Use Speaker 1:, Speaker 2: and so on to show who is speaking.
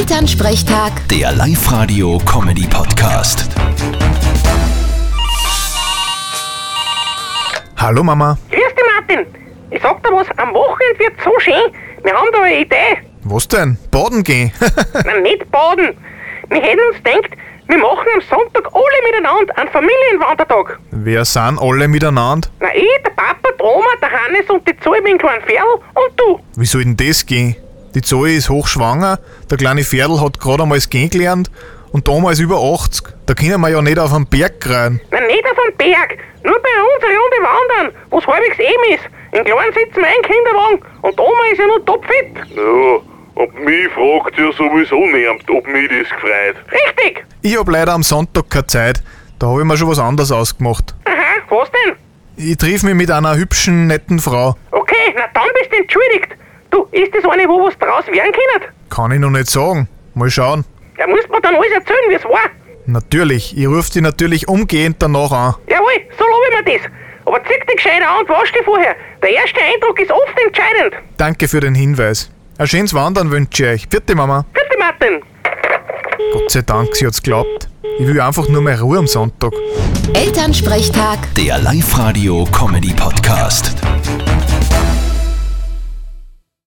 Speaker 1: Elternsprechtag,
Speaker 2: Der Live-Radio-Comedy-Podcast.
Speaker 3: Hallo Mama,
Speaker 4: Grüß dich, Martin. Ich sag dir was, am Wochenende wird so schön. Wir haben da eine Idee.
Speaker 3: was denn? Baden gehen?
Speaker 4: Nein, nicht baden. Wir hätten uns gedacht, wir machen am Sonntag alle miteinander einen Familienwandertag.
Speaker 3: Wir sind alle miteinander.
Speaker 4: Na, ich, der Papa, der Oma, der Hannes und die zwei mit dem kleinen Ferl und du.
Speaker 3: Wie soll denn das gehen? Die Zoe ist hochschwanger, der kleine Pferdl hat gerade einmal das Gehen gelernt und der Oma ist über 80. Da können wir ja nicht auf den Berg rein.
Speaker 4: Na, nicht auf den Berg. Nur bei uns eine Runde wandern, wo's halbwegs eben ist. In kleinen sitzen wir ein Kinderwagen und die Oma ist ja nur topfit.
Speaker 5: Ja, und mich fragt ja sowieso niemand, ob mich das gefreut.
Speaker 4: Richtig.
Speaker 3: Ich hab leider am Sonntag keine Zeit, da hab ich mir schon was anderes ausgemacht.
Speaker 4: Aha, was denn?
Speaker 3: Ich triff mich mit einer hübschen, netten Frau.
Speaker 4: Okay, na dann bist du entschuldigt. Du, ist das eine, wo was draus werden können?
Speaker 3: Kann ich noch nicht sagen. Mal schauen.
Speaker 4: Da muss man dann alles erzählen, wie's war.
Speaker 3: Natürlich, ich ruf die natürlich umgehend danach an.
Speaker 4: Jawohl, so lobe ich mir das. Aber zieh dich gescheit an und wasch dich vorher. Der erste Eindruck ist oft entscheidend.
Speaker 3: Danke für den Hinweis. Ein schönes Wandern wünsche ich euch. Vierte Mama.
Speaker 4: Bitte, Martin.
Speaker 3: Gott sei Dank, sie hat's geglaubt. Ich will einfach nur mehr Ruhe am Sonntag.
Speaker 1: Elternsprechtag.
Speaker 2: Der Live-Radio-Comedy-Podcast.